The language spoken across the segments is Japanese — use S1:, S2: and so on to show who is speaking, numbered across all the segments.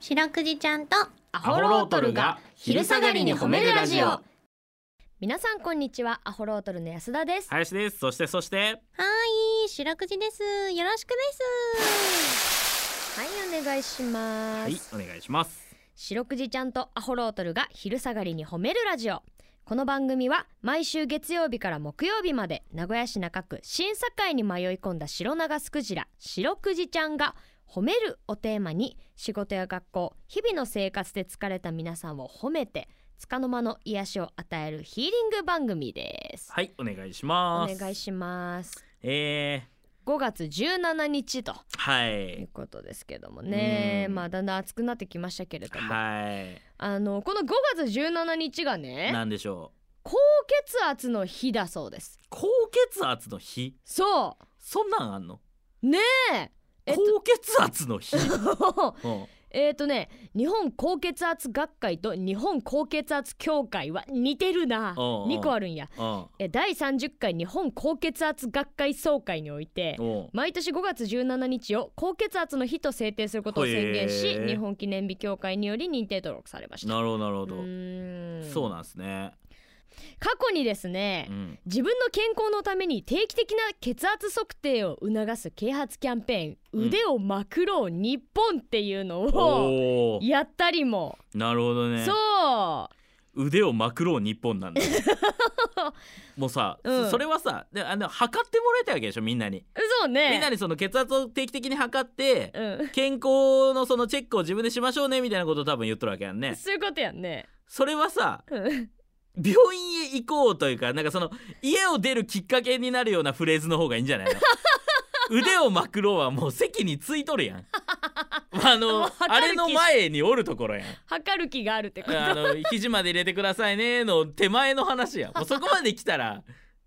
S1: 白くじちゃんとア
S2: ホロートルが昼下がりに褒めるラジオ
S3: 皆さんこんにちはアホロートルの安田です
S2: 林ですそしてそして
S1: はい白くじですよろしくです
S3: はいお願いしま
S2: はい
S3: す
S2: お願いします
S3: 白くじちゃんとアホロートルが昼下がりに褒めるラジオこの番組は毎週月曜日から木曜日まで名古屋市中区審査会に迷い込んだ白長スクジラ白くじちゃんが褒めるをテーマに仕事や学校日々の生活で疲れた皆さんを褒めて束の間の癒しを与えるヒーリング番組です
S2: はいお願いし
S3: お
S2: ます
S3: 願いします
S2: え
S3: 5月17日と
S2: ー、はいいう
S3: ことですけどもね
S2: うん
S3: まあだんだん暑くなってきましたけれども、
S2: は
S3: あのこの5月17日が
S2: い
S3: ね
S2: なんでしょう
S3: 高血圧の日だそうです
S2: 高血圧の日
S3: そ
S2: そんなんあんの
S3: うねええっと
S2: 高血 圧の日うん
S3: えっとね日本高血圧学会と日本高血圧協会は似てるな
S2: おうおう
S3: 2個あるんや
S2: うん
S3: え第30回日本高血圧学会総会において
S2: お
S3: 毎年5月17日を高血圧の日と制定することを宣言
S2: へ
S3: し
S2: ー
S3: 日本記念日協会により認定登録されました
S2: なるほどなるほ
S3: う
S2: ど
S3: ーん
S2: そうなんですね
S3: 過去にですね
S2: うん
S3: 自分の健康のために定期的な血圧測定を促す啓発キャンペーン「
S2: うん
S3: 腕をまくろう日本」っていうのを
S2: おー
S3: やったりも、
S2: なるほどね
S3: そう
S2: 腕をまくろう日 本なんだもうさ、
S3: うん
S2: そそれはさであの測ってもらいたいわけでしょみんなに、
S3: そうね
S2: みんなにその血圧を定期的に測って、
S3: うん、
S2: 健康のそのチェックを自分でしましょうねみたいなことを多分言っとるわけやんね
S3: そういうことやんね、
S2: それはさ
S3: うん、
S2: 病院へ行こうというかなんかその家を出るきっかけになるようなフレーズの方がいいんじ ゃないの腕をまくろうはもう席についと るやんあ
S3: も
S2: の
S3: う測る気
S2: あれの前におるところやん
S3: 測る気があるってこと
S2: あの肘まで入れてくださいねの手前の 話やもうそこまで来たら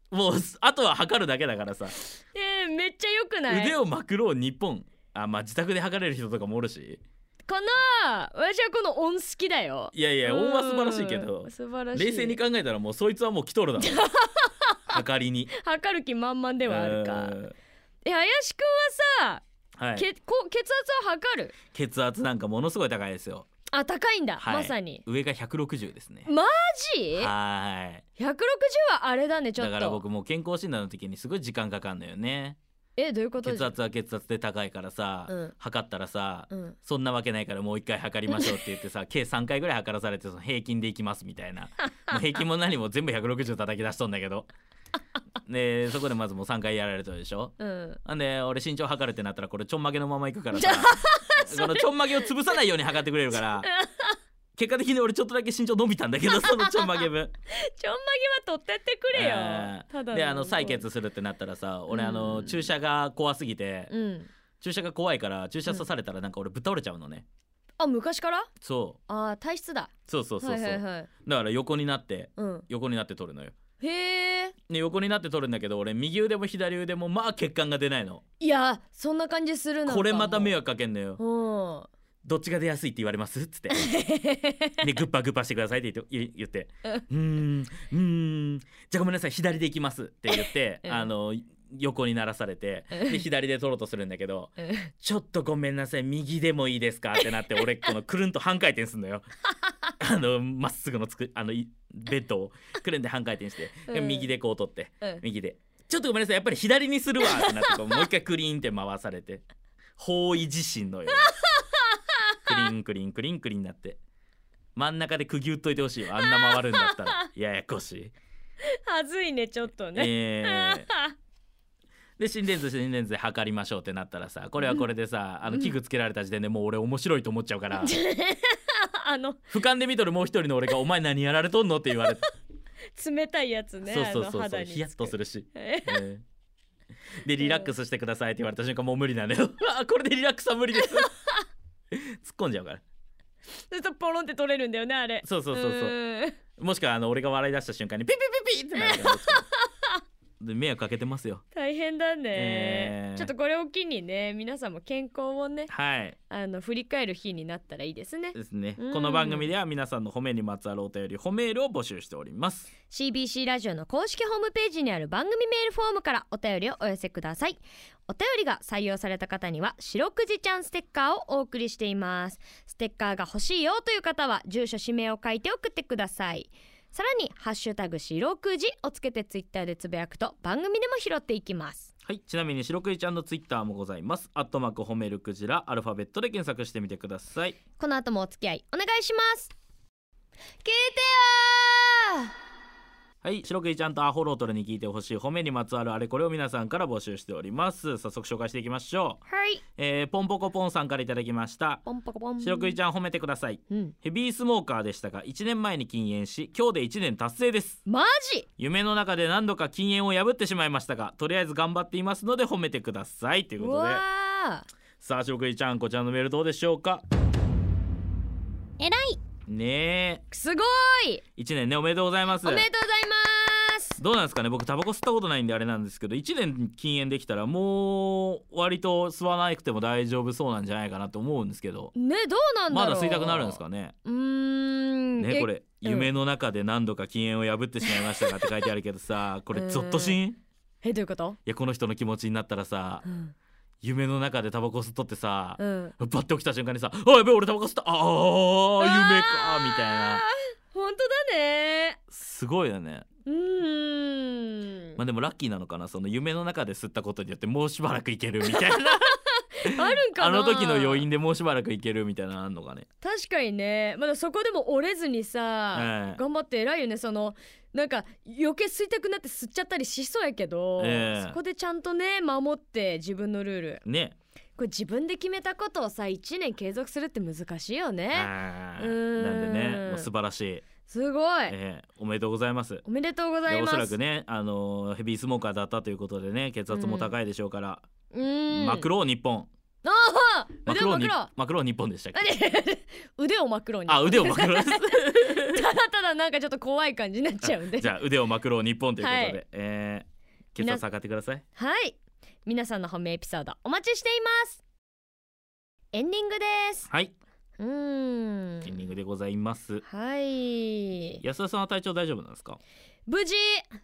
S2: もうあとは測るだけだからさ、
S3: えーめっちゃ良くない
S2: 腕をまくろう日本あまあ自宅で測れる人とかもおるし
S3: かな私はこの音好きだよ
S2: いやいや音は素晴らしいけど
S3: うん素晴らしい
S2: 冷静に考えたらもうそいつはもう来 とるだろ測りに
S3: 測る気満々ではあるか
S2: うん
S3: え林くんはさ、
S2: はい
S3: けこ血圧を測る
S2: 血圧なんかものすごい高いですよ
S3: あ高いんだ、
S2: はい
S3: まさに
S2: 上が160ですね
S3: マジ
S2: はい
S3: 160はあれだねちょっ
S2: だ
S3: と
S2: から僕もう健康診断の時にすごい時間かかんのよね
S3: えどういうこと
S2: 血圧は血圧で高いからさ、
S3: うん
S2: 測ったらさ、
S3: うん
S2: そんなわけないからもう一回測りましょうって言っ てさ計3回ぐらい測らされてその平均でいきますみたいなもう平均も何も全部160叩き出しとんだけどでそこでまずもう3回やられたでしょ
S3: うん
S2: なんで俺身長測るってなったらこれちょんまげのままいくからさ このちょんまげを潰さないように測ってくれるから 結果的に俺ちょっとだけ身長伸びたんだけどそのちょんまげ分
S3: ちょんまげは取ってってくれよ
S2: あー
S3: ただ
S2: であの採血するってなったらさ俺あ
S3: う
S2: の
S3: ん
S2: 注射が怖すぎて
S3: うん
S2: 注射が怖いから注射刺されたらなんか俺ぶっ倒れちゃうのね
S3: あ昔から
S2: そ
S3: あー体質だ
S2: うそうそうそうそう、
S3: はいはいはい
S2: だから横になって
S3: うん
S2: 横になって取るのよ
S3: へえ
S2: で横になって取るんだけど俺右腕も左腕もまあ血管が出ないの
S3: いやそんな感じするの
S2: これまた迷
S3: 惑
S2: 惑かけんのよ
S3: うん
S2: どっちが出やすいって言われますっつって でグッパグッパしてくださいって言って言言って
S3: うん
S2: うーんうーんじゃあごめんなさい左で行きますって言って、
S3: うん
S2: あの横にならされて
S3: うん
S2: で左で取ろうとするんだけど
S3: うん
S2: ちょっとごめんなさい右でもいいですかってなって俺このくるんと半回転すん のよあのまっすぐのつくあのいベッドをくるんで半回転して、で
S3: うん
S2: 右でこう取って
S3: うん
S2: 右でちょっとごめんなさいやっぱり左にするわってなってこうもう一回クリーンって回されて方位自身のようにクリンクリンクリンクリンになって真ん中で釘打っといてほしいわあんな回るんだったらややこしい。
S3: はずいねちょっとね、
S2: えーで心電図心電図で測りましょうってなったらさこれはこれでさ、あの器具つけられた時点でもう俺面白いと思っちゃうから、
S3: あの
S2: 俯瞰で見とるもう一人の俺が「お前何やられとんの?」って言われて、
S3: 冷たいやつね
S2: そうそうそう
S3: あの
S2: そ
S3: 肌
S2: う
S3: に
S2: ヒヤッとするし、
S3: えー
S2: えーでリラックスしてくださいって言われた瞬間もう無理なんだようわこれでリラックスは無理です突っ込んじゃうから
S3: そうするとポロンって取れるんだよねあれ
S2: そうそうそうそう
S3: うん
S2: もしくはあの俺が笑い出した瞬間にピピピピってなるからどっちかで迷惑かけてますよ
S3: 大変だね、
S2: えー
S3: ちょっとこれを機にね皆さんも健康をね
S2: はい
S3: あの振り返る日になったらいいですね
S2: ですね
S3: うん
S2: この番組では皆さんの褒めにまつわるお便り褒めールを募集しております
S3: CBC ラジオの公式ホームページにある番組メールフォームからお便りをお寄せくださいお便りが採用された方には白くじちゃんステッカーをお送りしていますステッカーが欲しいよという方は住所氏名を書いて送ってくださいさらにハッシュタグ白くじをつけてツイッターでつぶやくと番組でも拾っていきます
S2: はいちなみに白クイちゃんのツイッターもございますアットマーク褒めるクジラアルファベットで検索してみてください
S3: この後もお付き合いお願いします聞いてよー
S2: はい白クイちゃんとアホロートルに聞いてほしい褒めにまつわるあれこれを皆さんから募集しております早速紹介していきましょう、
S3: はい
S2: えー、ポンポコポンさんからいただきました
S3: ポンポコポン
S2: 白クイちゃん褒めてください
S3: うん
S2: ヘビースモーカーでしたが1年前に禁煙し今日で1年達成です
S3: マジ
S2: 夢の中で何度か禁煙を破ってしまいましたがとりあえず頑張っていますので褒めてくださいとい
S3: う
S2: うことで
S3: わー
S2: さあ食いちゃんこちらのメールどうでしょうか
S1: えらい
S2: ね
S3: すごい
S2: え1年ねおめでとうございます
S3: おめでとうございます
S2: どうなんですかね僕タバコ吸ったことないんであれなんですけど1年禁煙できたらもう割と吸わなくても大丈夫そうなんじゃないかなと思うんですけど
S3: ねどうなんだ
S2: ま
S3: ろう
S2: だ吸いたくなるんですかね
S3: うーん
S2: ね
S3: え
S2: これ
S3: うん
S2: 夢の中で何度か禁煙を破ってしまいましたかって書いてあるけどさこれゾッとしんい
S3: えどういうこと
S2: やこの人の気持ちになったらさ
S3: うん、
S2: 夢の中でタバコ吸っとってさ
S3: うん、
S2: バッて起きた瞬間にさ「あやべえ俺タバコ吸ったあー夢
S3: あ
S2: か」
S3: ー
S2: みたいな
S3: 本当だね
S2: すごいよね
S3: うーん、
S2: まあでもラッキーなのかなその夢の中で吸ったことによってもうしばらくいけるみたいな
S3: あるんか
S2: あ
S3: な
S2: の時の余韻でもうしばらくいけるみたいなのあんのかね
S3: 確かにねまだそこでも折れずにさ、
S2: ええ
S3: 頑張って偉いよねそのなんか余計吸いたくなって吸っちゃったりしそうやけど、
S2: ええ
S3: そこでちゃんとね守って自分のルール
S2: ね
S3: これ自分で決めたことをさ1年継続するって難しいよね
S2: あ
S3: うー
S2: ー
S3: ん
S2: なんでねもう素晴らしい、
S3: すごい
S2: ええおめでとうございます
S3: おめでとうござ
S2: で
S3: い
S2: お
S3: ます
S2: そらくねあのーヘビースモーカーだったということでね血圧も高いでしょうから、
S3: うん
S2: マクロー日本
S3: ああ
S2: マ
S3: 腕を
S2: クロ
S3: マ
S2: ーに
S3: クロ
S2: マクロー日本でしたっけ
S3: 腕をマクロに
S2: あ腕を マクロ
S3: た
S2: ー
S3: だただなんかちょっと怖い感じになっちゃうんで
S2: じゃあ腕をまくろう日本ということで、
S3: は
S2: えー、血圧上がってください
S3: はい皆さんの褒めエピソードお待ちしていますエンディングです
S2: はい
S3: うー
S2: エン
S3: ん
S2: ディングでございます
S3: はい
S2: 安田さんは体調大丈夫なんですか
S3: 無事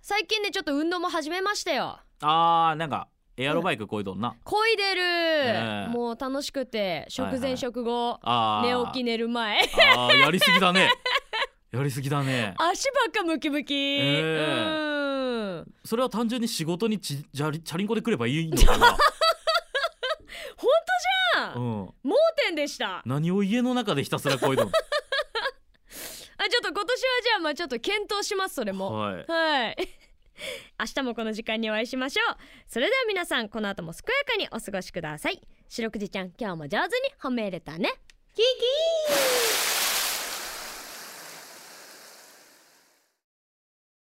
S3: 最近ねちょっと運動も始めましたよ
S2: あーなんかエアロバイクこいどんな、
S3: 漕いでる、
S2: え
S3: もう楽しくて食
S2: はいは
S3: 前
S2: い
S3: 食後、
S2: あー
S3: 寝起き寝る前
S2: あーやりすぎだねやりすぎだね
S3: 足ばっかムキムキ、
S2: え
S3: うん
S2: それは単純に仕事にちじゃりチャリンコで来ればいいのかな、
S3: 本当じゃん、
S2: うん、
S3: 盲点でした
S2: 何を家の中でひたすらこいどん
S3: あちょっと今年はじゃあまあちょっと検討しますそれも
S2: はい
S3: はい 明日もこの時間にお会いしましょうそれでは皆さんこの後も健やかにお過ごしください白くじちゃん今日も上手に褒め入れたねキキー